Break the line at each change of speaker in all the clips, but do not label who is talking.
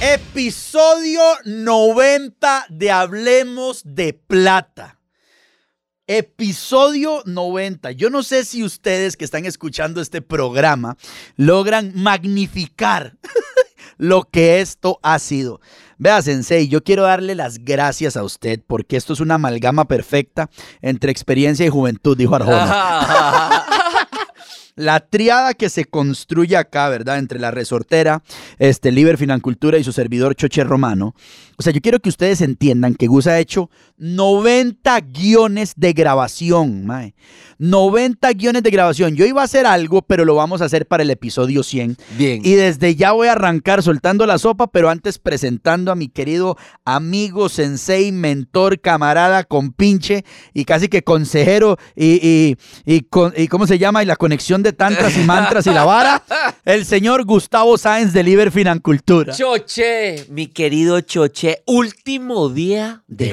Episodio 90 de Hablemos de Plata. Episodio 90. Yo no sé si ustedes que están escuchando este programa logran magnificar lo que esto ha sido. Vea, Sensei, yo quiero darle las gracias a usted porque esto es una amalgama perfecta entre experiencia y juventud, dijo Arjona. La triada que se construye acá, ¿verdad? Entre la resortera, este, Liber Financultura y su servidor Choche Romano. O sea, yo quiero que ustedes entiendan que Gus ha hecho 90 guiones de grabación, mae. 90 guiones de grabación. Yo iba a hacer algo, pero lo vamos a hacer para el episodio 100.
Bien.
Y desde ya voy a arrancar soltando la sopa, pero antes presentando a mi querido amigo, sensei, mentor, camarada, compinche y casi que consejero y, y, y con- y ¿cómo se llama? Y la conexión de tantras y mantras y la vara, el señor Gustavo Sáenz de Liber Financultura.
Choche, mi querido Choche, último día de,
De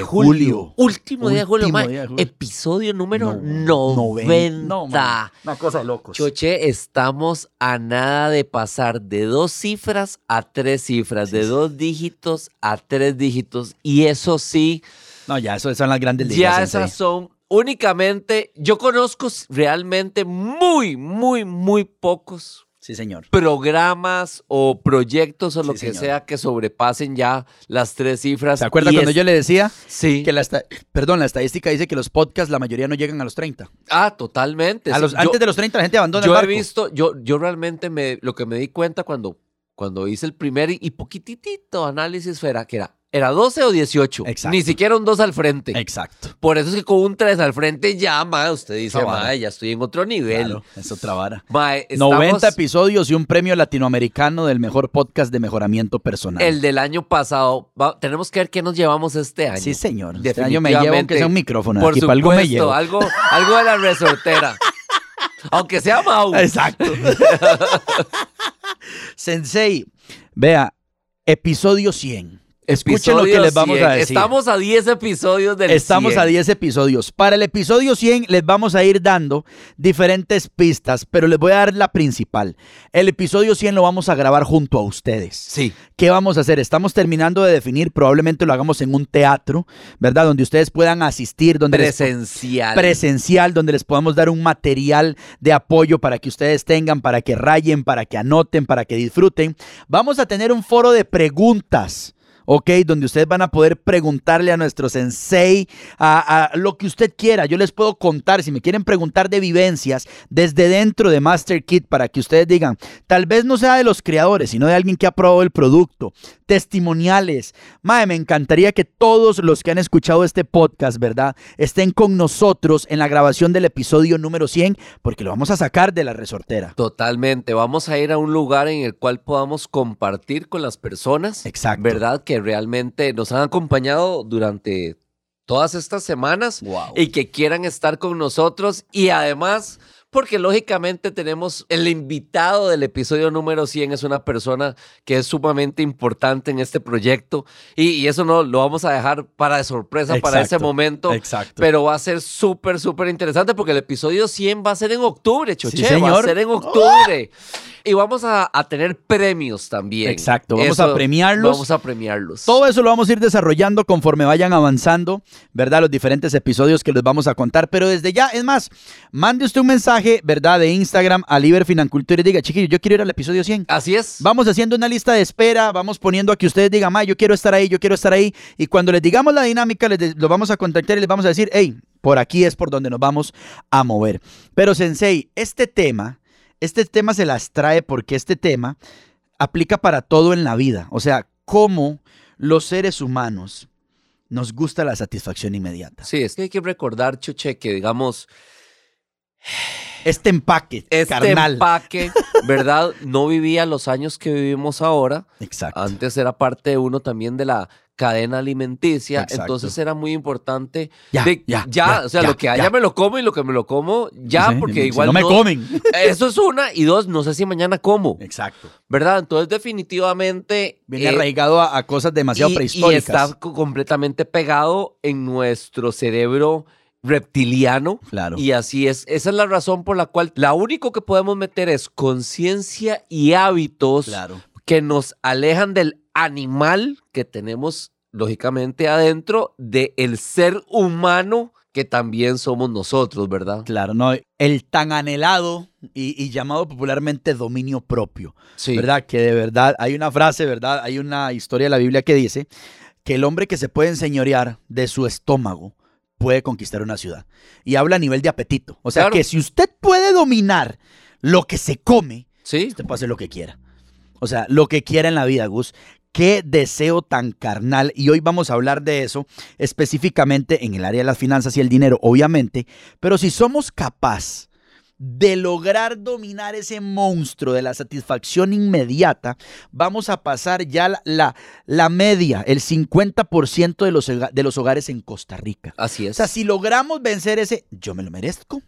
julio.
julio. Último día de julio,
Último
mae.
día de julio.
episodio número
No,
90.
noven- no, mae. Una cosa de locos.
Choche, estamos a nada de pasar de dos cifras a tres cifras, de dos dígitos a tres dígitos. Y eso sí,
No, ya, eso son las grandes ligas.
ya
sensei.
esas son únicamente, yo conozco s- realmente muy, muy, muy pocos
Sí, señor.
programas o proyectos o lo
Sí,
que
señor.
sea que sobrepasen ya las tres cifras.
¿Se acuerda
Y
cuando
es-
yo le decía
Sí.
que la, esta- perdón, la estadística dice que los podcasts la mayoría no llegan a los 30?
Ah, totalmente.
A
sí.
los,
Yo-
antes de los 30 la gente abandona
yo
el
he
barco.
visto, yo, yo realmente me, lo que me di cuenta cuando, cuando hice el primer y, y poquitito análisis era que era, era 12 o 18.
Exacto.
Ni siquiera un 2 al frente.
Exacto.
Por eso es que con un 3 al frente ya, ma, usted dice,
Ah,
ma,
vale.
ya estoy en otro nivel.
Claro, es otra vara.
Ma, estamos-
90 episodios y un premio latinoamericano del mejor podcast de mejoramiento personal.
El del año pasado. va- tenemos que ver qué nos llevamos este año.
sí, señor. Este año me
Definitivamente.
llevo aunque sea un micrófono.
Por
aquí, para
supuesto,
algo me llevo.
algo, algo de la resortera. Aunque sea Mau.
Exacto. Sensei, vea, episodio 100. Escuchen lo que
Episodio
les vamos a
100.
decir.
Estamos a 10 episodios del
Estamos
100.
a 10 episodios. Para el episodio 100 les vamos a ir dando diferentes pistas, pero les voy a dar la principal. El episodio 100 lo vamos a grabar junto a ustedes.
Sí.
¿Qué vamos a hacer? Estamos terminando de definir, probablemente lo hagamos en un teatro, ¿verdad? Donde ustedes puedan asistir, donde les-
Presencial.
presencial, donde les podamos dar un material de apoyo para que ustedes tengan, para que rayen, para que anoten, para que disfruten. Vamos a tener un foro de preguntas. Ok, donde ustedes van a poder preguntarle a nuestro sensei, a, a lo que usted quiera. Yo les puedo contar, si me quieren preguntar de vivencias desde dentro de Master Kit para que ustedes digan, tal vez no sea de los creadores, sino de alguien que ha probado el producto, testimoniales. Mae, me encantaría que todos los que han escuchado este podcast, ¿verdad? Estén con nosotros en la grabación del episodio número 100, porque lo vamos a sacar de la resortera.
Totalmente. Vamos a ir a un lugar en el cual podamos compartir con las personas.
Exacto.
¿Verdad? Que realmente nos han acompañado durante todas estas semanas
Wow.
y que quieran estar con nosotros y además porque lógicamente tenemos el invitado del episodio número 100, es una persona que es sumamente importante en este proyecto y, y eso no lo vamos a dejar para de sorpresa, para ese
Exacto,
momento.
exacto.
Pero va a ser súper, súper interesante porque el episodio 100 va a ser en octubre, Choche. Va a
señor.
ser en octubre. Y vamos a, a tener premios también.
Exacto, vamos a premiarlos.
Vamos a premiarlos.
Todo eso lo vamos a ir desarrollando conforme vayan avanzando, ¿verdad? Los diferentes episodios que les vamos a contar. Pero desde ya, es más, mande usted un mensaje, ¿verdad? De Instagram a Liber Financultura y diga, chiquillo, yo quiero ir al episodio 100.
Así es.
Vamos haciendo una lista de espera, vamos poniendo a que ustedes digan, ma, yo quiero estar ahí, yo quiero estar ahí. Y cuando les digamos la dinámica, les de- los vamos a contactar y les vamos a decir, hey, por aquí es por donde nos vamos a mover. Pero Sensei, este tema, este tema se las trae porque este tema aplica para todo en la vida. O sea, cómo los seres humanos nos gusta la satisfacción inmediata.
Sí, es que hay que recordar, Choche, que digamos,
Este empaque,
este
carnal.
empaque, ¿verdad? No vivía los años que vivimos ahora.
Exacto.
Antes era parte de uno también de la cadena alimenticia,
Exacto.
entonces era muy importante.
Ya,
de-
ya, ya,
o sea,
ya,
lo que haya
ya.
me lo como y lo que me lo como ya,
Sí,
porque
si
igual
no me comen.
Eso es una y dos, no sé si mañana como,
Exacto.
¿verdad? Entonces definitivamente
Viene
eh,
arraigado a, a cosas demasiado
y- Y
prehistóricas.
está co- completamente pegado en nuestro cerebro reptiliano.
Claro.
Y así es. Esa es la razón por la cual la único que podemos meter es conciencia y hábitos
Claro.
que nos alejan del animal que tenemos lógicamente adentro, del ser humano que también somos nosotros, ¿verdad?
Claro, no, el tan anhelado y, y llamado popularmente dominio propio,
Sí.
¿verdad? Que de verdad hay una frase, ¿verdad? Hay una historia de la Biblia que dice que el hombre que se puede enseñorear de su estómago puede conquistar una ciudad. Y habla a nivel de apetito. O sea
Claro.
que si usted puede dominar lo que se come,
Sí.
usted puede hacer lo que quiera. O sea, lo que quiera en la vida, Gus. Qué deseo tan carnal. Y hoy vamos a hablar de eso específicamente en el área de las finanzas y el dinero, obviamente. Pero si somos capaz de lograr dominar ese monstruo de la satisfacción inmediata, vamos a pasar ya la, la, la media, el 50% de los, hoga- de los hogares en Costa Rica.
Así
O
es.
sea, si logramos vencer ese, yo me lo merezco.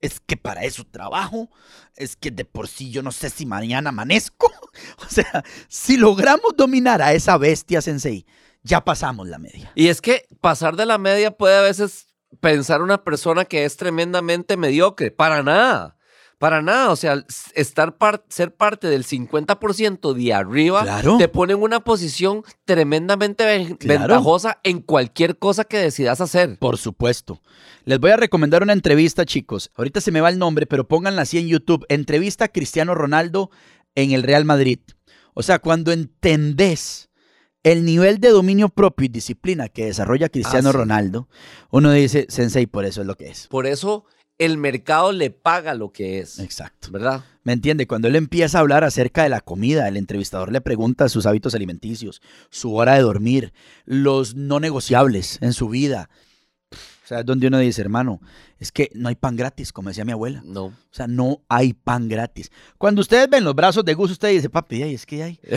Es que para eso trabajo. Es que de por sí yo no sé si mañana amanezco. O sea, si logramos dominar a esa bestia sensei, ya pasamos la media.
Y es que pasar de la media puede a veces pensar una persona que es tremendamente mediocre. Para nada. Para nada. O sea, s- estar par- ser parte del 50% de arriba
Claro.
te pone en una posición tremendamente ven-
Claro.
ventajosa en cualquier cosa que decidas hacer.
Por supuesto. Les voy a recomendar una entrevista, chicos. Ahorita se me va el nombre, pero pónganla así en YouTube. Entrevista a Cristiano Ronaldo en el Real Madrid. O sea, cuando entendés el nivel de dominio propio y disciplina que desarrolla Cristiano
sí.
Ronaldo, uno dice, Sensei, por eso es lo que es.
Por eso el mercado le paga lo que es.
Exacto.
¿Verdad?
¿Me entiende? Cuando él empieza a hablar acerca de la comida, el entrevistador le pregunta sus hábitos alimenticios, su hora de dormir, los no negociables en su vida. O sea, es donde uno dice, hermano, es que no hay pan gratis, como decía mi abuela.
No.
O sea, no hay pan gratis. Cuando ustedes ven los brazos de Gus, ustedes dicen, papi, ay, es que hay.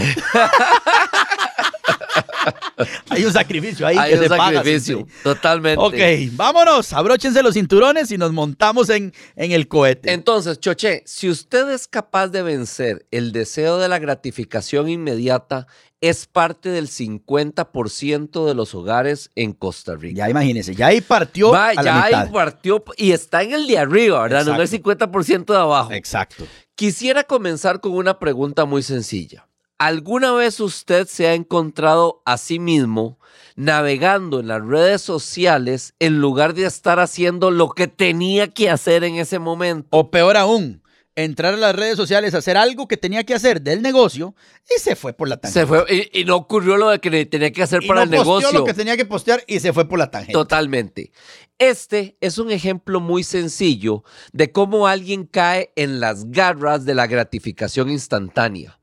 hay un sacrificio ahí
Hay
que
un
se paga,
sacrificio.
sensei.
Totalmente.
Ok, vámonos, abróchense los cinturones y nos montamos en, en el cohete.
Entonces, Choche, si usted es capaz de vencer el deseo de la gratificación inmediata, es parte del 50% de los hogares en Costa Rica.
Ya imagínense, ya ahí partió
Va,
a la
ya ahí
mitad.
partió y está en el de arriba, ¿verdad? No es el 50% de abajo.
Exacto.
Quisiera comenzar con una pregunta muy sencilla. ¿Alguna vez usted se ha encontrado a sí mismo navegando en las redes sociales en lugar de estar haciendo lo que tenía que hacer en ese momento?
O peor aún, entrar a las redes sociales, hacer algo que tenía que hacer del negocio y se fue por la tangente.
Se fue y, y no ocurrió lo de que le tenía que hacer
Y no
para el
posteó
negocio.
lo que tenía que postear y se fue por la tangente.
Totalmente. Este es un ejemplo muy sencillo de cómo alguien cae en las garras de la gratificación instantánea.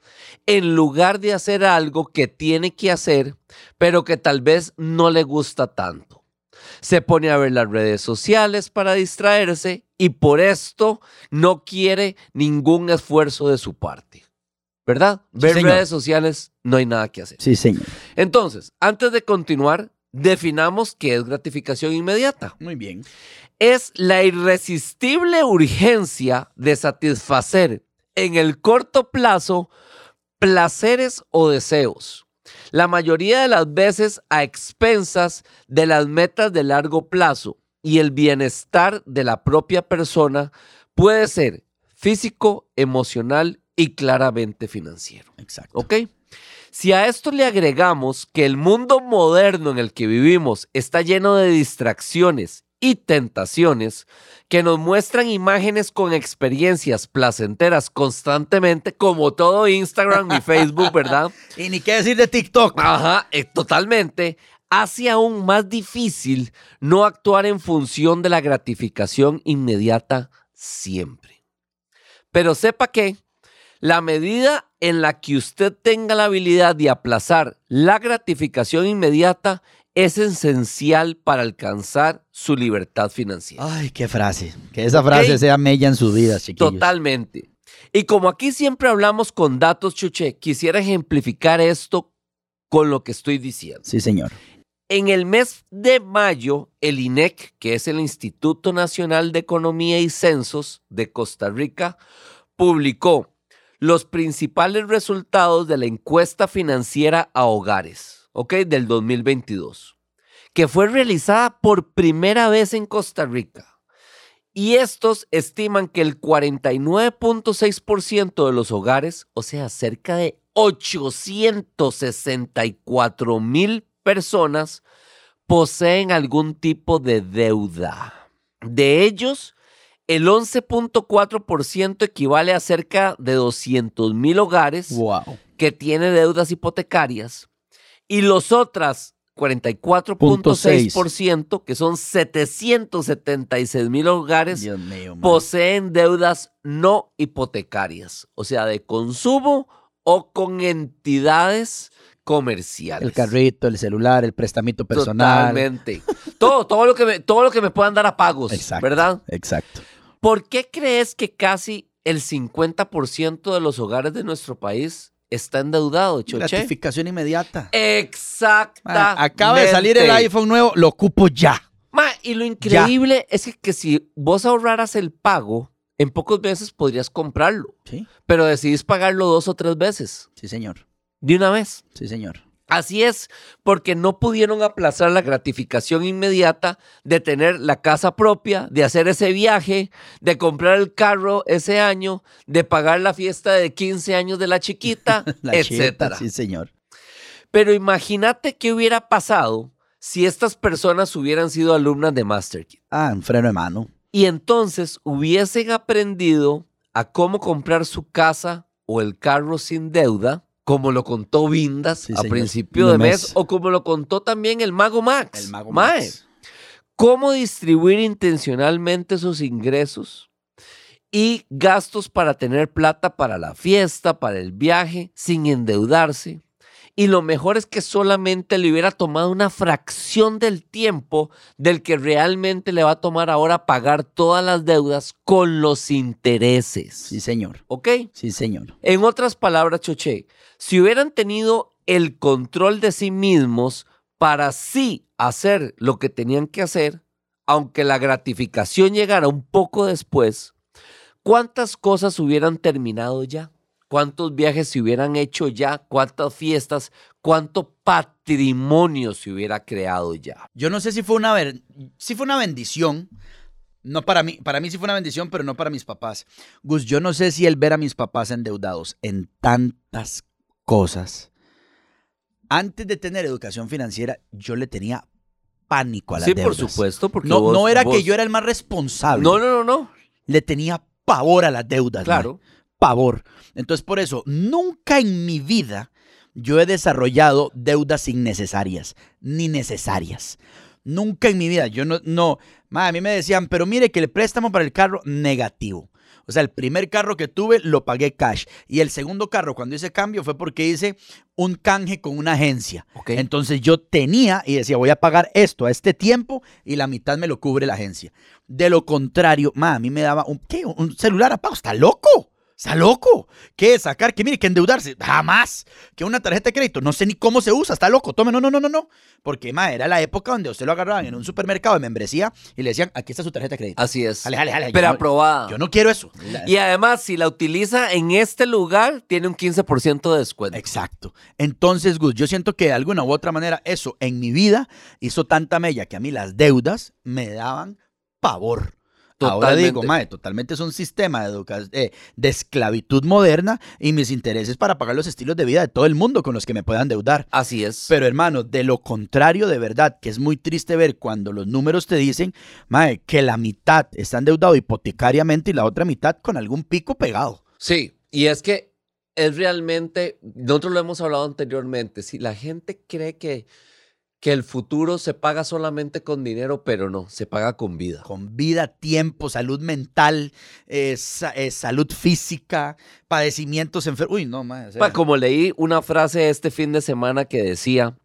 En lugar de hacer algo que tiene que hacer, pero que tal vez no le gusta tanto. Se pone a ver las redes sociales para distraerse y por esto no quiere ningún esfuerzo de su parte. ¿Verdad? Ver
señor.
redes sociales no hay nada que hacer.
Sí, señor.
Entonces, antes de continuar, Definamos qué es gratificación inmediata.
Muy bien.
Es la irresistible urgencia de satisfacer en el corto plazo placeres o deseos. La mayoría de las veces a expensas de las metas de largo plazo y el bienestar de la propia persona puede ser físico, emocional y claramente financiero.
Exacto.
¿Ok? Si a esto le agregamos que el mundo moderno en el que vivimos está lleno de distracciones y tentaciones que nos muestran imágenes con experiencias placenteras constantemente, como todo Instagram y Facebook, ¿verdad?
Y ni qué decir de TikTok.
Ajá, eh, totalmente. Hace aún más difícil no actuar en función de la gratificación inmediata siempre. Pero sepa que la medida en la que usted tenga la habilidad de aplazar la gratificación inmediata es esencial para alcanzar su libertad financiera.
Ay, qué frase. Que esa frase
Ok.
sea mella en su vida, chiquillos.
Totalmente. Y como aquí siempre hablamos con datos, Chuche, quisiera ejemplificar esto con lo que estoy diciendo.
Sí, señor.
En el mes de mayo, el INEC, que es el Instituto Nacional de Economía y Censos de Costa Rica, publicó los principales resultados de la encuesta financiera a hogares, ¿ok? Del 2022, que fue realizada por primera vez en Costa Rica. Y estos estiman que el 49.6% de los hogares, o sea, cerca de 864 mil personas, poseen algún tipo de deuda. De ellos, el 11.4% equivale a cerca de 200 mil hogares
Wow.
que tiene deudas hipotecarias y los otras
Punto seis.
44.6%, que son 776 mil hogares,
Dios mío. man.
poseen deudas no hipotecarias, o sea, de consumo o con entidades comerciales.
el carrito, el celular, el prestamito personal.
Totalmente. todo, todo, lo que me, todo lo que me puedan dar a pagos,
Exacto.
¿verdad?
Exacto.
¿Por qué crees que casi el 50% de los hogares de nuestro país está endeudado, Choche?
Gratificación inmediata.
Exacta.
Ma, Ah, acaba de salir el iPhone nuevo, lo ocupo ya.
y lo increíble es que, que si vos ahorraras el pago, en pocos meses podrías comprarlo,
Sí,
pero decidís pagarlo dos o tres veces,
sí, señor.
de una vez.
Sí, señor.
Así es, porque no pudieron aplazar la gratificación inmediata de tener la casa propia, de hacer ese viaje, de comprar el carro ese año, de pagar la fiesta de 15 años de la chiquita,
La
etcétera.
cheta, sí, señor.
Pero imagínate qué hubiera pasado si estas personas hubieran sido alumnas de MasterKid
Ah, un freno de mano.
y entonces hubiesen aprendido a cómo comprar su casa o el carro sin deuda, como lo contó Vindas
Sí,
a
señor.
principio
No
de mes,
mes.
o como lo contó también el Mago Max.
El mago
Mae,
Max.
Cómo distribuir intencionalmente sus ingresos y gastos para tener plata para la fiesta, para el viaje, sin endeudarse. Y lo mejor es que solamente le hubiera tomado una fracción del tiempo del que realmente le va a tomar ahora pagar todas las deudas con los intereses.
Sí, señor.
¿Ok?
Sí, señor.
En otras palabras, Choche, si hubieran tenido el control de sí mismos para sí hacer lo que tenían que hacer, aunque la gratificación llegara un poco después, ¿cuántas cosas hubieran terminado ya? ¿Cuántos viajes se hubieran hecho ya? ¿Cuántas fiestas? ¿Cuánto patrimonio se hubiera creado ya?
Yo no sé si fue una ver- si fue una bendición. No para mí, para mí sí fue una bendición, pero no para mis papás. Gus, yo no sé si el ver a mis papás endeudados en tantas cosas. Antes de tener educación financiera, yo le tenía pánico a las
Sí,
deudas.
por supuesto, porque
No,
vos-
no era
vos-
que yo era el más responsable.
No, no, no, no.
Le tenía pavor a las deudas. mae
Claro.
pavor. Entonces, por eso, nunca en mi vida yo he desarrollado deudas innecesarias, ni necesarias. Nunca en mi vida. Yo no, no. Ma, a mí me decían, pero mire que el préstamo para el carro, negativo. O sea, el primer carro que tuve lo pagué cash. Y el segundo carro, cuando hice cambio, fue porque hice un canje con una agencia.
Ok.
Entonces yo tenía y decía, voy a pagar esto a este tiempo y la mitad me lo cubre la agencia. De lo contrario, ma, a mí me daba un, ¿qué? un celular a pago. ¿Está loco? ¿Está loco? ¿Qué? ¿Sacar? que Mire, que endeudarse. Jamás. Que una tarjeta de crédito. No sé ni cómo se usa. Está loco. Tome, no, no, no, no, no. Porque, ma, era la época donde usted lo agarraban en un supermercado de membresía y le decían, aquí está su tarjeta de crédito.
Así es.
Jale, jale, jale. Yo
Pero
no-
aprobada.
Yo no quiero eso.
Y además, si la utiliza en este lugar, tiene un 15% de descuento.
Eh, Exacto. Entonces, Gus, yo siento que de alguna u otra manera eso en mi vida hizo tanta mella que a mí las deudas me daban pavor. Ahora
Totalmente.
digo, mae, totalmente es un sistema de, educa- eh, de esclavitud moderna y mis intereses para pagar los estilos de vida de todo el mundo con los que me puedan deudar.
Así es.
Pero hermano, de lo contrario, de verdad, que es muy triste ver cuando los números te dicen, mae, que la mitad está endeudado hipotecariamente y la otra mitad con algún pico pegado.
Sí, y es que es realmente, nosotros lo hemos hablado anteriormente, si la gente cree que, que el futuro se paga solamente con dinero, pero no, se paga con vida.
con vida, tiempo, salud mental, eh, sa- eh, salud física, padecimientos enfermos. Uy, no, más.
Pa, Como leí una frase este fin de semana que decía,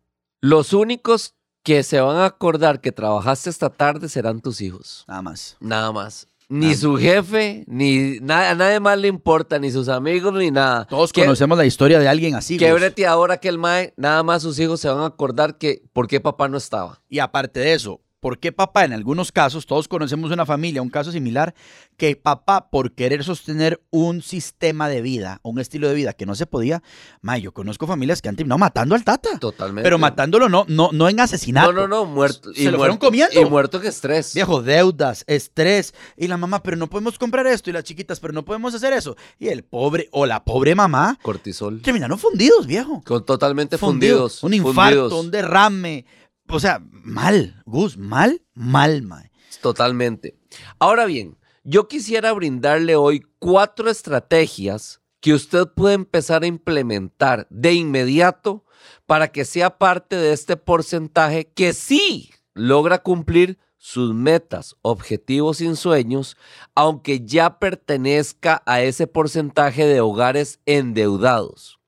los únicos que se van a acordar que trabajaste esta tarde serán tus hijos,
Nada más.
nada más. Ni
Nada.
su jefe, ni na- a nadie más le importa, ni sus amigos, ni nada.
Todos
Que-
conocemos la historia de alguien así. Gus.
Québrete ahora que el mae, nada más sus hijos se van a acordar que por qué papá no estaba.
Y aparte de eso, ¿por qué papá en algunos casos, todos conocemos una familia, un caso similar, que papá por querer sostener un sistema de vida, un estilo de vida que no se podía, ma, yo conozco familias que han terminado matando al tata.
Totalmente.
Pero matándolo no, no, no en asesinato.
No, no, no, muerto.
Se lo fueron comiendo.
Y muerto que estrés.
Viejo, deudas, estrés. Y la mamá, pero no podemos comprar esto. Y las chiquitas, pero no podemos hacer eso. Y el pobre o la pobre mamá
Cortisol.
terminaron fundidos, viejo.
Con totalmente
Fundido.
fundidos.
Un infarto,
fundidos.
un derrame. O sea, mal, Gus, mal, mal, mae.
Totalmente. Ahora bien, yo quisiera brindarle hoy cuatro estrategias que usted puede empezar a implementar de inmediato para que sea parte de este porcentaje que sí logra cumplir sus metas, objetivos y sueños, aunque ya pertenezca a ese porcentaje de hogares endeudados.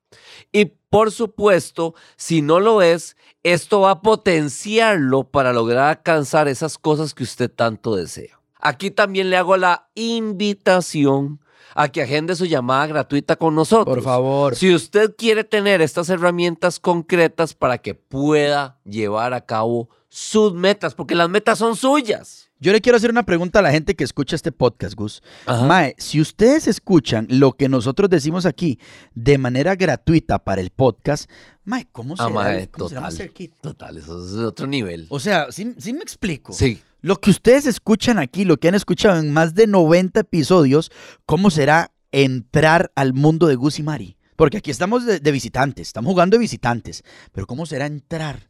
Y por supuesto, si no lo es, esto va a potenciarlo para lograr alcanzar esas cosas que usted tanto desea. Aquí también le hago la invitación a que agende su llamada gratuita con nosotros.
Por favor.
Si usted quiere tener estas herramientas concretas para que pueda llevar a cabo sus metas, porque las metas son suyas.
Yo le quiero hacer una pregunta a la gente que escucha este podcast, Gus.
Ajá.
Mae, si ustedes escuchan lo que nosotros decimos aquí de manera gratuita para el podcast, Mae, ¿cómo será,
Ah, mae,
el- cómo será
total.
Master Kid?
Total, eso es otro nivel.
O sea, ¿sí, sí me explico?
Sí,
Lo que ustedes escuchan aquí, lo que han escuchado en más de 90 episodios, ¿cómo será entrar al mundo de Gus y Mari? Porque aquí estamos de, de visitantes, estamos jugando de visitantes, pero ¿cómo será entrar?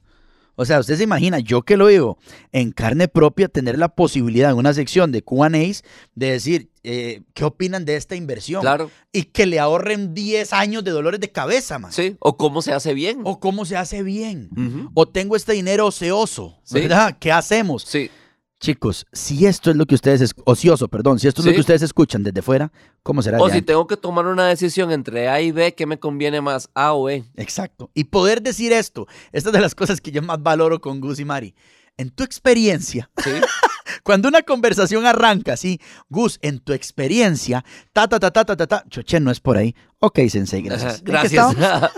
O sea, usted se imagina, yo que lo vivo en carne propia, tener la posibilidad en una sección de QAs de decir, eh, ¿qué opinan de esta inversión?
claro.
Y que le ahorren 10 años de dolores de cabeza, man.
Sí, o cómo se hace bien.
O cómo se hace bien.
Ujú.
O tengo este dinero ocioso,
Sí.
¿verdad? ¿Qué hacemos?
Sí,
Chicos, si esto es lo que ustedes es ocioso, perdón, si esto es lo
Sí.
que ustedes escuchan desde fuera, ¿cómo será?
o
el de
si
antes?
tengo que tomar una decisión entre A y B, ¿qué me conviene más? A o B.
Exacto. Y poder decir esto, esta es de las cosas que yo más valoro con Gus y Mari. En tu experiencia,
Sí,
cuando una conversación arranca así, Gus, en tu experiencia, ta ta ta ta ta ta, ta choche no es por ahí. Ok, sensei, gracias.
Ajá,
¿En qué
Gracias.
estábamos?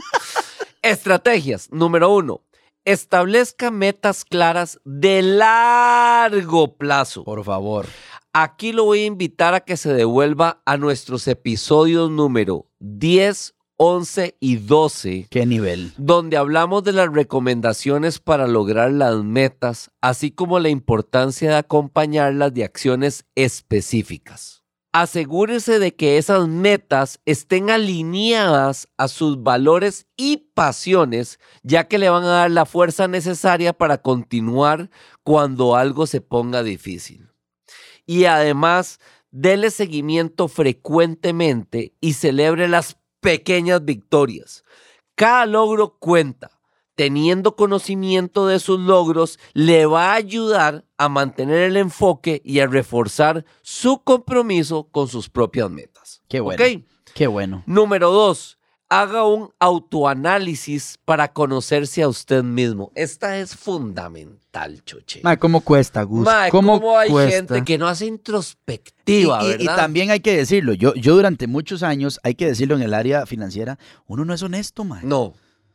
Estrategias. Número uno, establezca metas claras de largo plazo.
Por favor.
Aquí lo voy a invitar a que se devuelva a nuestros episodios número 10, 11 y 12,
Qué nivel.
donde hablamos de las recomendaciones para lograr las metas, así como la importancia de acompañarlas de acciones específicas. Asegúrese de que esas metas estén alineadas a sus valores y pasiones, ya que le van a dar la fuerza necesaria para continuar cuando algo se ponga difícil y además dele seguimiento frecuentemente y celebre las pequeñas victorias. Cada logro cuenta. Teniendo conocimiento de sus logros, le va a ayudar a mantener el enfoque y a reforzar su compromiso con sus propias metas.
Qué bueno.
¿Ok?
Qué bueno.
Número dos, haga un autoanálisis para conocerse a usted mismo. Esta es fundamental, Choche.
Mae, ¿cómo cuesta, Gus?
Mae,
¿Cómo,
¿cómo hay
cuesta?
gente que no hace
Y,
introspectiva,
y- y
verdad?
también hay que decirlo, yo, yo durante muchos años, hay que decirlo en el área financiera, uno no es honesto, mae.
No,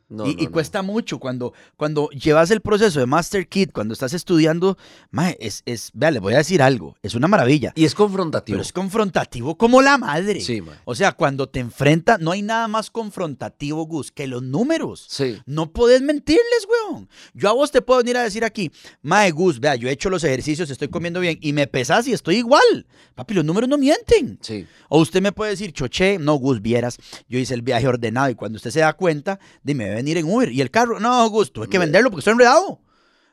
no.
y,
no,
y
no.
cuesta mucho cuando, cuando llevas el proceso de Master Kit, cuando estás estudiando, mae, es, es, vea, le voy a decir algo, es una maravilla,
Y es confrontativo.
pero es confrontativo como la madre.
Sí, mae.
O sea, cuando te enfrentas, no hay nada más confrontativo, Gus, que los números.
Sí.
No podés mentirles, weón. Yo a vos te puedo venir a decir aquí, Mae Gus, vea, yo he hecho los ejercicios, estoy comiendo bien y me pesas y estoy igual. Papi, los números no mienten.
Sí.
O usted me puede decir, Choche, no, Gus, vieras, yo hice el viaje ordenado y cuando usted se da cuenta, dime, voy a venir en Uber. Y el carro, no, Gus, tuve que venderlo porque estoy enredado.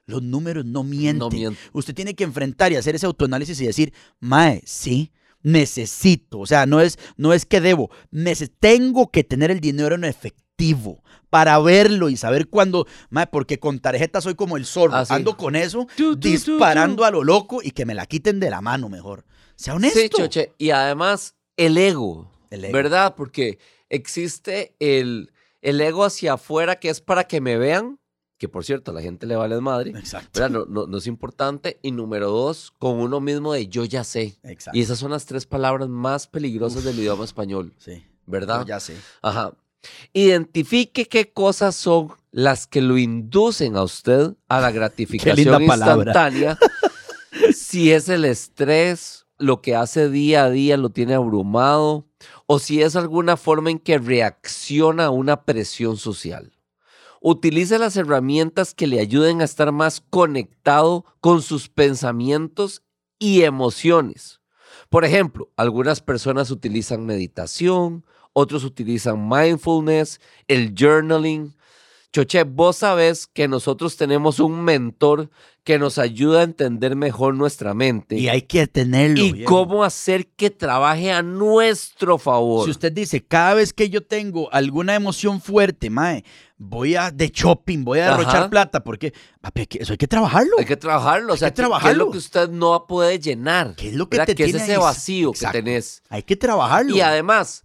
Los números no mienten.
mienten.
Usted tiene que enfrentar y hacer ese autoanálisis y decir, Mae, sí, necesito. O sea, no es, no es que debo, nece- tengo que tener el dinero en efectivo para verlo y saber cuándo, mae, porque con tarjeta soy como el zorro,
Ah, sí.
ando con eso,
Tu, tu, tu,
disparando
tu.
a lo loco y que me la quiten de la mano mejor. Sea honesto.
Sí, Choche. Y además, el ego,
El ego.
¿verdad? Porque existe el, el ego hacia afuera que es para que me vean, que por cierto, a la gente le vale madre,
Exacto.
¿verdad? No, no- no es importante. Y número dos, con uno mismo de yo ya sé.
Exacto.
Y esas son las tres palabras más peligrosas del idioma español,
Sí.
¿verdad?
Ya sé.
Ajá. Identifique qué cosas son las que lo inducen a usted a la
linda
gratificación
palabra.
instantánea. si es el estrés, lo que hace día a día lo tiene abrumado, o si es alguna forma en que reacciona a una presión social. Utilice las herramientas que le ayuden a estar más conectado con sus pensamientos y emociones. Por ejemplo, algunas personas utilizan meditación, otros utilizan mindfulness, el journaling. Choche, vos sabes que nosotros tenemos un mentor que nos ayuda a entender mejor nuestra mente
Y hay que tenerlo.
y
bien.
cómo hacer que trabaje a nuestro favor.
Si usted dice, cada vez que yo tengo alguna emoción fuerte, mae, voy a de shopping, voy a
Ajá.
derrochar plata, porque, papi, hay que- eso hay que trabajarlo.
Hay que trabajarlo, o
Hay
sea,
que
¿qué- ¿qué es
trabajarlo.
lo que usted no puede llenar?
¿Qué es lo que
¿Verdad?
te
¿Qué es
tiene
ese
ahí?
vacío
Exacto.
que tenés?
Hay que trabajarlo.
Y además,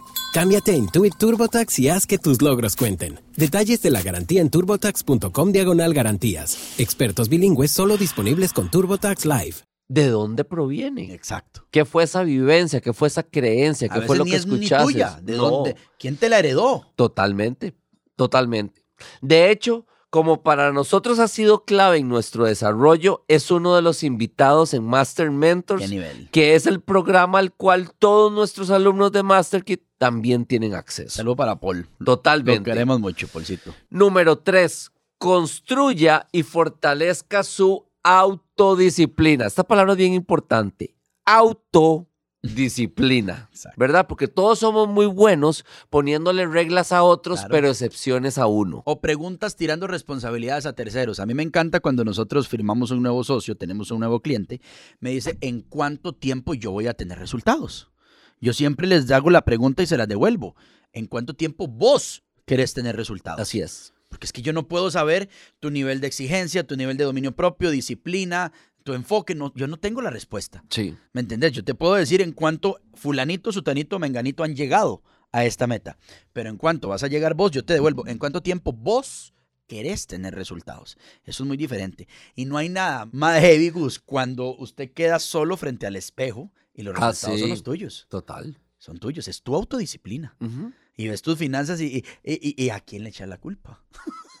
Cámbiate a Intuit TurboTax y haz que tus logros cuenten. Detalles de la garantía en turbotax.com diagonal garantías. Expertos bilingües solo disponibles con TurboTax Live.
¿de dónde proviene?
Exacto.
¿Qué fue esa vivencia? ¿Qué fue esa creencia?
A
¿Qué
veces
fue lo
ni
que
es ni
escuchaste?
tuya. ¿De
No.
dónde? ¿Quién te la heredó?
Totalmente, totalmente. De hecho, como para nosotros ha sido clave en nuestro desarrollo, es uno de los invitados en Master Mentors,
¿Qué nivel?
que es el programa al cual todos nuestros alumnos de MasterKit también tienen acceso.
Saludo para Paul. Lo
Totalmente.
queremos mucho, Paulcito.
Número tres, construya y fortalezca su autodisciplina. Esta palabra es bien importante. Autodisciplina.
Exacto.
¿Verdad? Porque todos somos muy buenos poniéndole reglas a otros,
Claro.
pero excepciones a uno.
O preguntas tirando responsabilidades a terceros. A mí me encanta cuando nosotros firmamos un nuevo socio, tenemos un nuevo cliente, me dice en cuánto tiempo yo voy a tener resultados. Yo siempre les hago la pregunta y se la devuelvo. ¿En cuánto tiempo vos querés tener resultados?
Así es.
Porque es que yo no puedo saber tu nivel de exigencia, tu nivel de dominio propio, disciplina, tu enfoque. No, yo no tengo la respuesta.
Sí.
¿Me entendés? Yo te puedo decir en cuánto fulanito, sutanito, menganito han llegado a esta meta. Pero en cuánto vas a llegar vos, yo te devuelvo. ¿En cuánto tiempo vos querés tener resultados? Eso es muy diferente. Y no hay nada más heavy, Gus, cuando usted queda solo frente al espejo y los
Ah,
resultados son
sí.
los tuyos.
Total.
Son tuyos. Es tu autodisciplina.
Ujú.
Y ves tus finanzas y, y- y- y a quién le echas la culpa.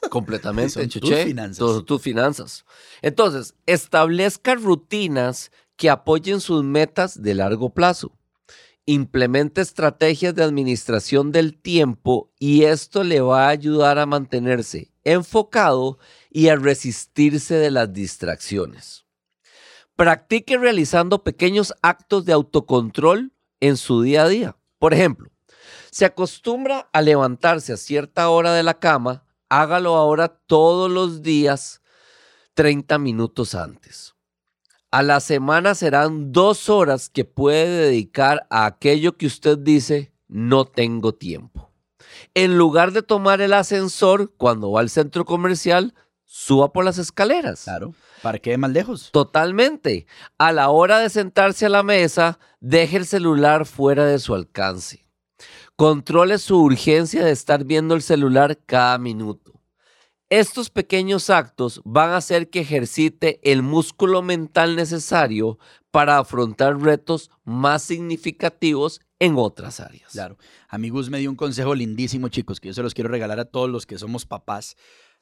Completamente,
Son tus
Choché.
finanzas.
Tus- tus finanzas. Entonces, establezca rutinas que apoyen sus metas de largo plazo. Implemente estrategias de administración del tiempo y esto le va a ayudar a mantenerse enfocado y a resistirse de las distracciones. Practique realizando pequeños actos de autocontrol en su día a día. Por ejemplo, se acostumbra a levantarse a cierta hora de la cama, hágalo ahora todos los días 30 minutos antes. A la semana serán dos horas que puede dedicar a aquello que usted dice, no tengo tiempo. En lugar de tomar el ascensor cuando va al centro comercial, suba por las escaleras.
Claro. ¿Para qué más lejos?
Totalmente. A la hora de sentarse a la mesa, deje el celular fuera de su alcance. Controle su urgencia de estar viendo el celular cada minuto. Estos pequeños actos van a hacer que ejercite el músculo mental necesario para afrontar retos más significativos en otras áreas.
Claro. Amigos, me dio un consejo lindísimo, chicos, que yo se los quiero regalar a todos los que somos papás.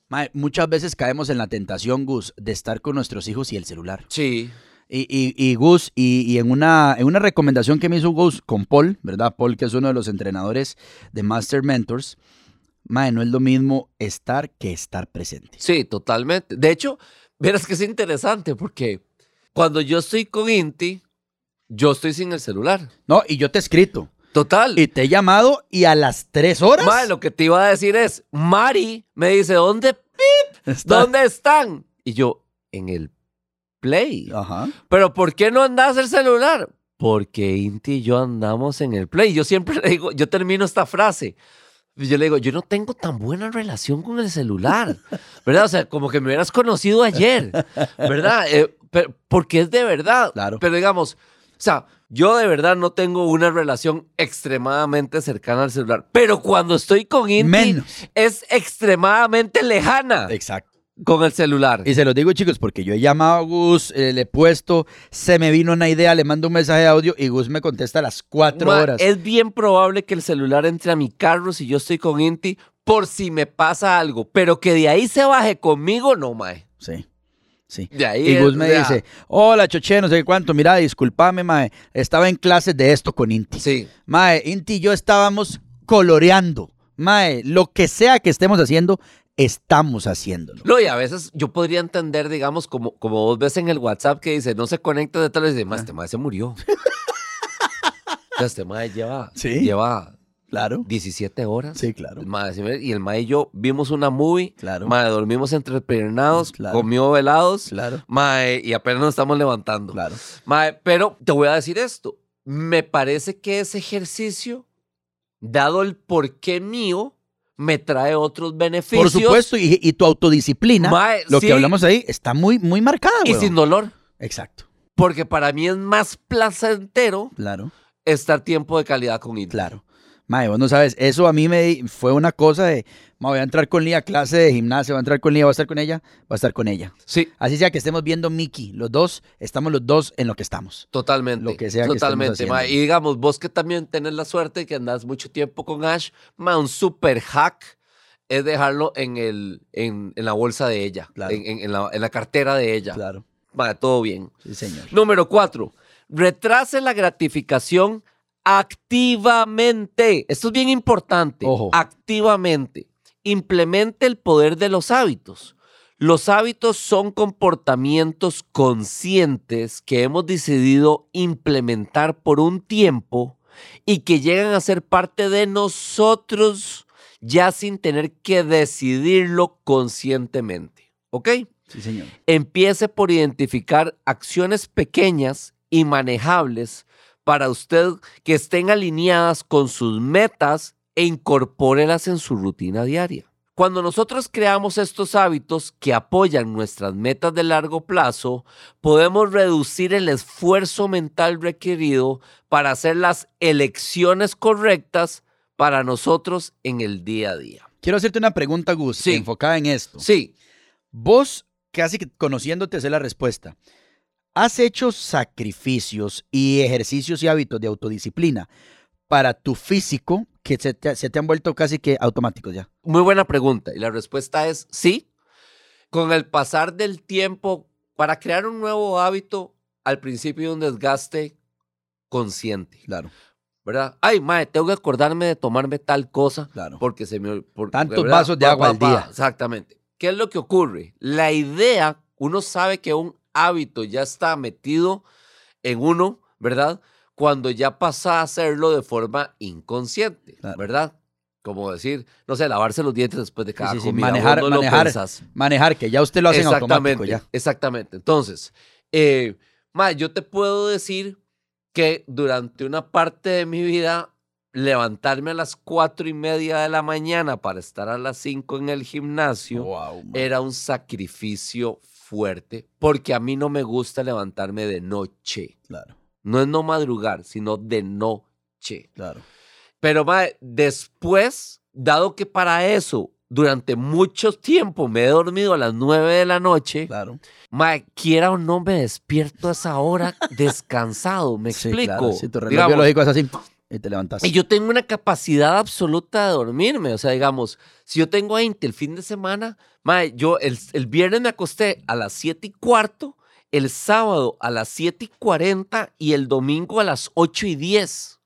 Mae, muchas veces caemos en la tentación, Gus, de estar con nuestros hijos y el celular.
Sí.
Y, y- y Gus, y, y en, una, en una recomendación que me hizo Gus con Paul, ¿verdad? Paul, que es uno de los entrenadores de Master Mentors, mae, no es lo mismo estar que estar presente.
Sí, totalmente. De hecho, verás que es interesante porque cuando yo estoy con Inti, yo estoy sin el celular.
No, y yo te he escrito,
Total.
y te he llamado, y a las tres horas.
Mae, lo que te iba a decir es, Mari me dice, ¿dónde,
está-
¿dónde están? Y yo, en el Play.
Ajá.
¿Pero por qué no andas el celular? Porque Inti y yo andamos en el Play. Yo siempre le digo, yo termino esta frase. y Yo le digo, yo no tengo tan buena relación con el celular, ¿verdad? O sea, como que me hubieras conocido ayer, ¿verdad? Eh, pero- porque es de verdad.
Claro.
Pero digamos, o sea, yo de verdad no tengo una relación extremadamente cercana al celular. Pero cuando estoy con Inti,
Menos.
es extremadamente lejana
Exacto.
con el celular.
Y se los digo, chicos, porque yo he llamado a Gus, eh, le he puesto, se me vino una idea, le mando un mensaje de audio y Gus me contesta a las cuatro
Ma,
horas.
Es bien probable que el celular entre a mi carro si yo estoy con Inti por si me pasa algo, pero que de ahí se baje conmigo, no, mae.
Sí, sí.
De ahí
Y
es,
Gus me
o sea,
dice, hola, Choche, no sé qué cuánto, mira, discúlpame, mae, estaba en clases de esto con Inti.
Sí,
Mae, Inti y yo estábamos coloreando. Mae, lo que sea que estemos haciendo, estamos haciéndolo.
No, y a veces yo podría entender, digamos, como, como vos ves en el WhatsApp que dice, no se conecta de tal, y dice,
Ah.
"Ma, este mae se murió. O sea, este mae lleva,
Sí.
lleva
Claro.
17 horas.
Sí, claro.
El mae se muere, y el mae y yo vimos una movie,
Claro.
mae, dormimos entrepernados,
Claro.
comió velados,
Claro.
mae, y apenas nos estamos levantando.
Claro.
Mae, pero te voy a decir esto. Me parece que ese ejercicio, dado el porqué mío, me trae otros beneficios.
Por supuesto, y, y tu autodisciplina,
Mae,
lo
sí.
que hablamos ahí, está muy, muy marcada.
Y
huevón.
sin dolor.
Exacto.
Porque para mí es más placentero
Claro,
estar tiempo de calidad con Inti.
claro. Mae, vos no sabes, eso a mí me di- fue una cosa de, "Ma, voy a entrar con Lía a clase de gimnasia, voy a entrar con Lía, voy a estar con ella, voy a estar con ella.
Sí,
Así sea que estemos viendo Mickey, los dos, estamos los dos en lo que estamos.
totalmente.
Lo que sea que
Totalmente,
estemos
mae.
haciendo.
Y digamos, vos que también tenés la suerte que andás mucho tiempo con Ash, mae, un super hack es dejarlo en, el, en, en la bolsa de ella,
Claro.
en, en- en la, en la cartera de ella.
Claro,
Mae, todo bien.
sí, señor.
Número cuatro, retrase la gratificación activamente. Esto es bien importante.
Ojo.
Activamente. Implemente el poder de los hábitos. Los hábitos son comportamientos conscientes que hemos decidido implementar por un tiempo y que llegan a ser parte de nosotros ya sin tener que decidirlo conscientemente. ¿Ok?
Sí, señor.
Empiece por identificar acciones pequeñas y manejables para usted que estén alineadas con sus metas e incorpórelas en su rutina diaria. Cuando nosotros creamos estos hábitos que apoyan nuestras metas de largo plazo, podemos reducir el esfuerzo mental requerido para hacer las elecciones correctas para nosotros en el día a día.
Quiero hacerte una pregunta, Gus,
Sí.
enfocada en esto.
Sí,
Vos, casi que conociéndote, sé la respuesta. ¿Has hecho sacrificios y ejercicios y hábitos de autodisciplina para tu físico que se te, se te han vuelto casi que automáticos ya?
Muy buena pregunta. Y la respuesta es sí. Con el pasar del tiempo, para crear un nuevo hábito, al principio hay un desgaste consciente,
Claro,
¿verdad? Ay, madre, tengo que acordarme de tomarme tal cosa
claro.
porque se me... ol- por-
Tantos
¿verdad?
vasos de
Pa,
agua
pa,
al
pa.
día.
Exactamente. ¿Qué es lo que ocurre? La idea, uno sabe que un hábito ya está metido en uno, ¿verdad? Cuando ya pasa a hacerlo de forma inconsciente,
Claro.
¿verdad? Como decir, no sé, lavarse los dientes después de cada
sí, sí,
comida. vos
manejar-
no lo
manejar-
pensás.
Manejar, que ya usted lo hace en automático
Exactamente,
ya.
exactamente. Entonces, eh, Mae, yo te puedo decir que durante una parte de mi vida, levantarme a las cuatro y media de la mañana para estar a las cinco en el gimnasio
Wow, Oh, mae.
era un sacrificio fuerte porque a mí no me gusta levantarme de noche.
Claro,
No es no madrugar, sino de noche.
claro.
Pero mae, después, dado que para eso durante mucho tiempo me he dormido a las 9 de la noche,
Claro.
mae, quiera o no me despierto a esa hora descansado, me
Sí,
explico.
claro, sí, tu reloj
Digamos,
biológico pues. es así y te levantas.
y yo tengo una capacidad absoluta de dormirme. O sea, digamos, si yo tengo 20 el fin de semana, mae, yo el, el viernes me acosté a las 7 y cuarto, el sábado a las 7 y 40 y el domingo a las 8 y 10.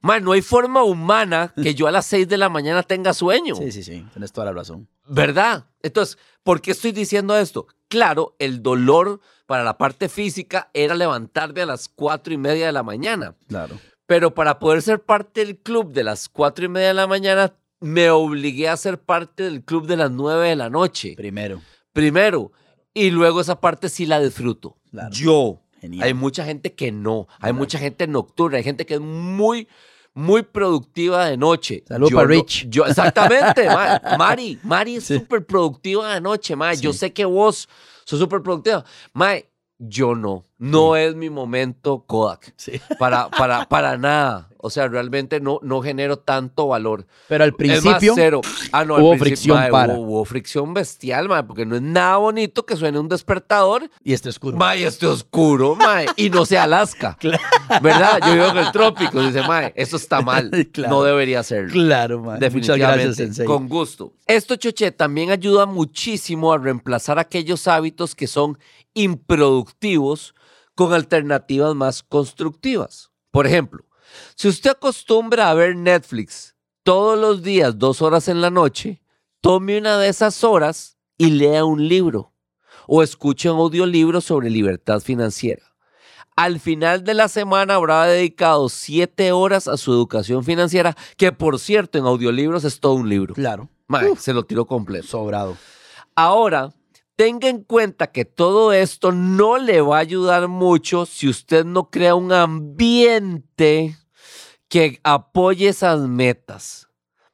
Mae, no hay forma humana que yo a las 6 de la mañana tenga sueño.
Sí, sí, sí, tienes toda la razón.
¿Verdad? Entonces, ¿por qué estoy diciendo esto? Claro, el dolor para la parte física era levantarme a las cuatro y media de la mañana,
Claro.
pero para poder ser parte del club de las cuatro y media de la mañana, me obligué a ser parte del club de las nueve de la noche,
Primero.
primero, y luego esa parte sí la disfruto.
Claro.
Yo.
Genial.
Hay mucha gente que no, hay mucha gente nocturna, hay gente que es muy, muy productiva de noche.
Salud
Yo
pa'
no-
Rich.
yo, exactamente, ma- Mari, Mari es
Sí.
súper productiva de noche, ma. Yo
Sí.
sé que vos sos súper productiva. Ma, yo no, no es mi momento Kodak.
Sí.
Para, para, para nada. O sea, realmente no, no genero tanto valor.
Pero al
Es más,
principio,
cero. Ah, no, al
hubo
principio,
fricción
ma,
para.
Hubo, hubo fricción bestial, ma, porque no es nada bonito que suene un despertador
y este oscuro.
Mae, este oscuro, mae. Y no sea Alaska. ¿Verdad? Yo vivo en el trópico. Dice, mae, esto está mal.
Claro.
No debería serlo.
Claro, man. Muchas
Definitivamente.
gracias, Sensei.
Con gusto. Esto, Choche, también ayuda muchísimo a reemplazar aquellos hábitos que son improductivos con alternativas más constructivas. Por ejemplo, si usted acostumbra a ver Netflix todos los días, dos horas en la noche, tome una de esas horas y lea un libro o escuche un audiolibro sobre libertad financiera. Al final de la semana habrá dedicado siete horas a su educación financiera, que por cierto en audiolibros es todo un libro.
Claro.
Mae, se lo tiró completo.
Sobrado.
Ahora, tenga en cuenta que todo esto no le va a ayudar mucho si usted no crea un ambiente que apoye esas metas.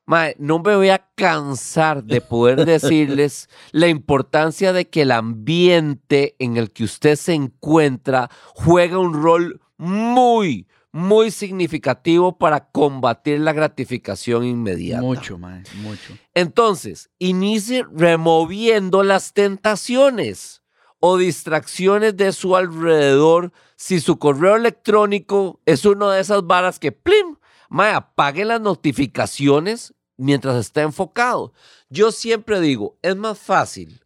Mae, no me voy a cansar de poder decirles la importancia de que el ambiente en el que usted se encuentra juega un rol muy, muy significativo para combatir la gratificación inmediata.
Mucho, man. Mucho.
Entonces, inicie removiendo las tentaciones o distracciones de su alrededor. Si su correo electrónico es una de esas varas que, plim, mae, apague las notificaciones mientras está enfocado. Yo siempre digo, es más fácil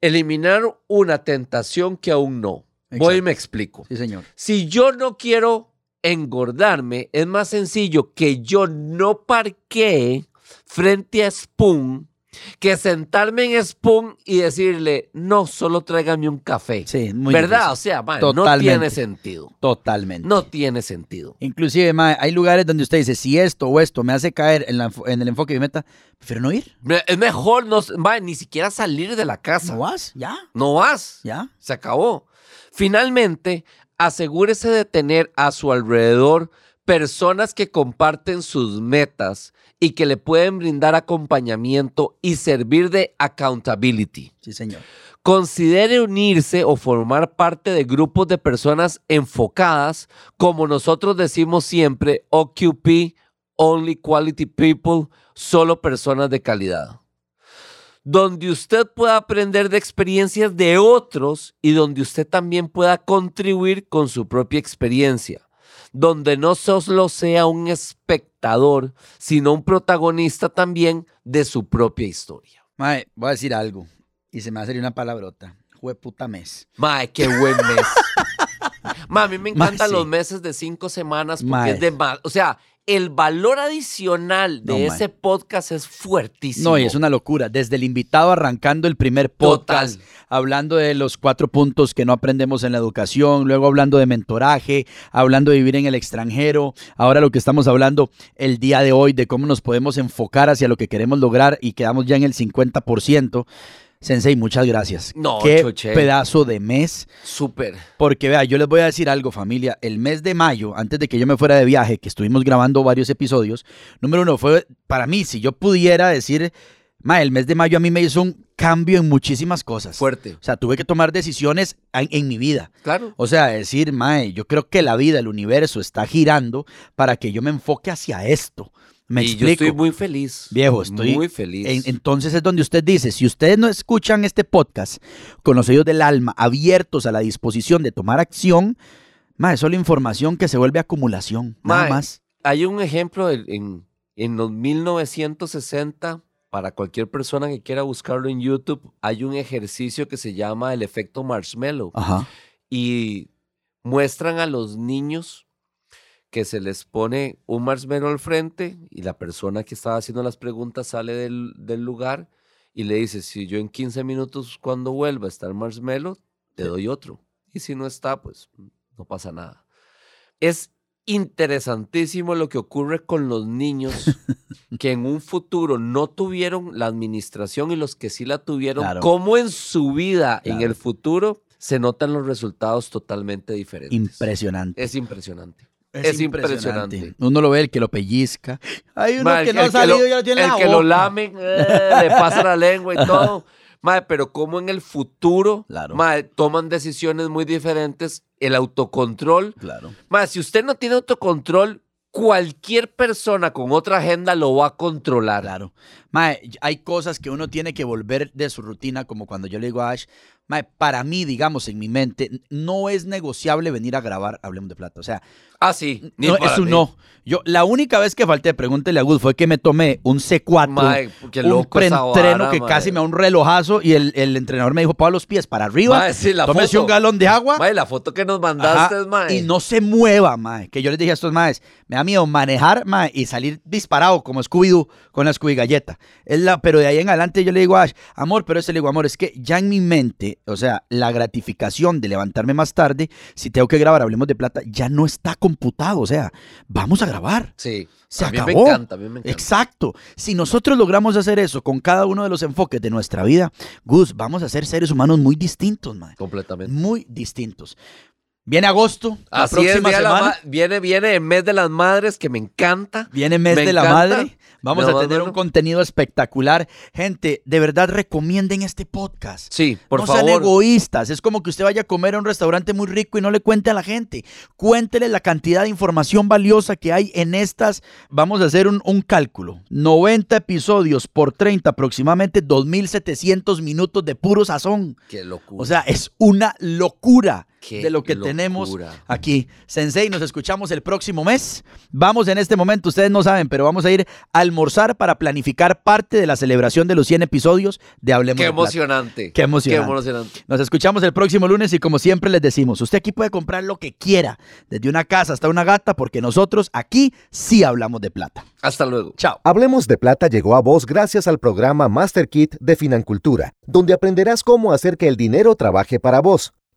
eliminar una tentación que aún no. Voy y
Exacto.
me explico.
Sí, señor.
Si yo no quiero engordarme, es más sencillo que yo no parquee frente a Spoon que sentarme en Spoon y decirle, no, solo tráigame un café.
Sí, muy
¿Verdad?
difícil.
O sea, mae, no
Totalmente.
tiene sentido.
Totalmente.
No tiene sentido.
Inclusive, mae, hay lugares donde usted dice, si esto o esto me hace caer en, la enfo- en el enfoque de mi meta, prefiero no ir.
Me- Es mejor no, s- mae, ni siquiera salir de la casa.
¿No vas? ¿Ya?
No vas.
¿Ya?
Se acabó. Finalmente, asegúrese de tener a su alrededor personas que comparten sus metas y que le pueden brindar acompañamiento y servir de accountability.
Sí, señor.
Considere unirse o formar parte de grupos de personas enfocadas, como nosotros decimos siempre, OQP, Only Quality People, solo personas de calidad. Donde usted pueda aprender de experiencias de otros y donde usted también pueda contribuir con su propia experiencia. Donde no solo sea un espectador, sino un protagonista también de su propia historia.
Mae, voy a decir algo y se me va a salir una palabrota. Jue puta mes.
Mae, qué buen mes. Ma, a mí me
Mae,
encantan
sí.
los meses de cinco semanas porque
Mae.
es de ma- O sea, el valor adicional de
No, mae.
ese podcast es fuertísimo.
No, y es una locura. Desde el invitado arrancando el primer podcast,
Total.
hablando de los cuatro puntos que no aprendemos en la educación, luego hablando de mentoraje, hablando de vivir en el extranjero, ahora lo que estamos hablando el día de hoy, de cómo nos podemos enfocar hacia lo que queremos lograr y quedamos ya en el 50%. Sensei, muchas gracias.
No,
Qué
Choche.
pedazo de mes.
Súper.
Porque vea, yo les voy a decir algo, familia. El mes de mayo, antes de que yo me fuera de viaje, que estuvimos grabando varios episodios, número uno fue para mí, si yo pudiera decir, ma, el mes de mayo a mí me hizo un cambio en muchísimas cosas.
Fuerte.
O sea, tuve que tomar decisiones en, en mi vida.
Claro.
O sea, decir, mae, yo creo que la vida, el universo está girando para que yo me enfoque hacia esto. Me
y
explico.
yo estoy muy feliz.
Viejo, estoy
muy feliz.
En- entonces es donde usted dice, si ustedes no escuchan este podcast con los sellos del alma abiertos a la disposición de tomar acción, mae, es solo información que se vuelve acumulación, nada
Mae.
más.
Hay un ejemplo en, en, en los 1960, para cualquier persona que quiera buscarlo en YouTube, hay un ejercicio que se llama el efecto marshmallow.
Ajá.
y muestran a los niños que se les pone un marshmallow al frente y la persona que estaba haciendo las preguntas sale del, del lugar y le dice, si yo en 15 minutos cuando vuelva está el marshmallow, te doy otro. Y si no está, pues no pasa nada. Es interesantísimo lo que ocurre con los niños que en un futuro no tuvieron la administración y los que sí la tuvieron,
Claro.
cómo en su vida, en
Claro.
el futuro, se notan los resultados totalmente diferentes.
Impresionante.
Es impresionante. es impresionante.
Uno lo ve, el que lo pellizca. Hay uno
Ma,
que
el-
no ha
el que lo-
salido y ya lo tiene en
El
la
que lo
boca.
lamen, eh, le pasa la lengua y todo. Ma, pero cómo en el futuro
Claro.
ma, toman decisiones muy diferentes, el autocontrol.
Claro.
Ma, si usted no tiene autocontrol, cualquier persona con otra agenda lo va a controlar.
Claro. Mae, y- hay cosas que uno tiene que volver de su rutina, como cuando yo le digo a Ash, mae, para mí, digamos, en mi mente, n- no es negociable venir a grabar Hablemos de Plata. O sea,
Ah, sí. ni
no,
para
es un
mí.
no. Yo, la única vez que falté, pregúntele a Gus, fue que me tomé un C4,
Mae, qué
un
loco esa
preentreno
vara,
que
mae.
casi me da un relojazo y el, el entrenador me dijo, Pablo, los pies para arriba,
Mae, sí, la
tómese
foto.
un galón de agua.
Mae, la foto que nos mandaste,
Ajá,
mae.
y no se mueva, mae. Que yo les dije a estos maes, me da miedo manejar, mae, y salir disparado como Scooby-Doo con la Scooby Galleta. Es la, pero de ahí en adelante yo le digo a Ash, amor, pero ese le digo, amor, es que ya en mi mente, o sea, la gratificación de levantarme más tarde, si tengo que grabar Hablemos de Plata, ya no está computado, o sea, vamos a grabar.
Sí.
Se
a mí
acabó.
me encanta, a mí me encanta.
Exacto. Si nosotros logramos hacer eso con cada uno de los enfoques de nuestra vida, Gus, vamos a ser seres humanos muy distintos, mae.
Completamente.
Muy distintos. Viene agosto, la
Así es,
próxima
Día de la
semana.
Ma- viene, viene el mes de las madres que me encanta.
Viene mes
Me
de la
encanta.
madre. Vamos
No,
a tener
no,
un
no.
contenido espectacular. Gente, de verdad recomienden este podcast.
Sí, por
no sean
favor.
egoístas. Es como que usted vaya a comer a un restaurante muy rico y no le cuente a la gente. Cuéntele la cantidad de información valiosa que hay en estas. Vamos a hacer un, un cálculo. 90 episodios por 30, aproximadamente 2.700 minutos de puro sazón.
Qué locura.
O sea, es una locura
Qué
de lo que
locura.
tenemos aquí. Sensei, nos escuchamos el próximo mes. Vamos en este momento, ustedes no saben, pero vamos a ir a almorzar para planificar parte de la celebración de los 100 episodios de Hablemos
Qué
de Plata.
emocionante.
Qué emocionante.
Qué emocionante.
Nos escuchamos el próximo lunes y como siempre les decimos, usted aquí puede comprar lo que quiera, desde una casa hasta una gata, porque nosotros aquí sí hablamos de plata.
Hasta luego.
Chao.
Hablemos de Plata llegó a vos gracias al programa Master Kit de Financultura, donde aprenderás cómo hacer que el dinero trabaje para vos.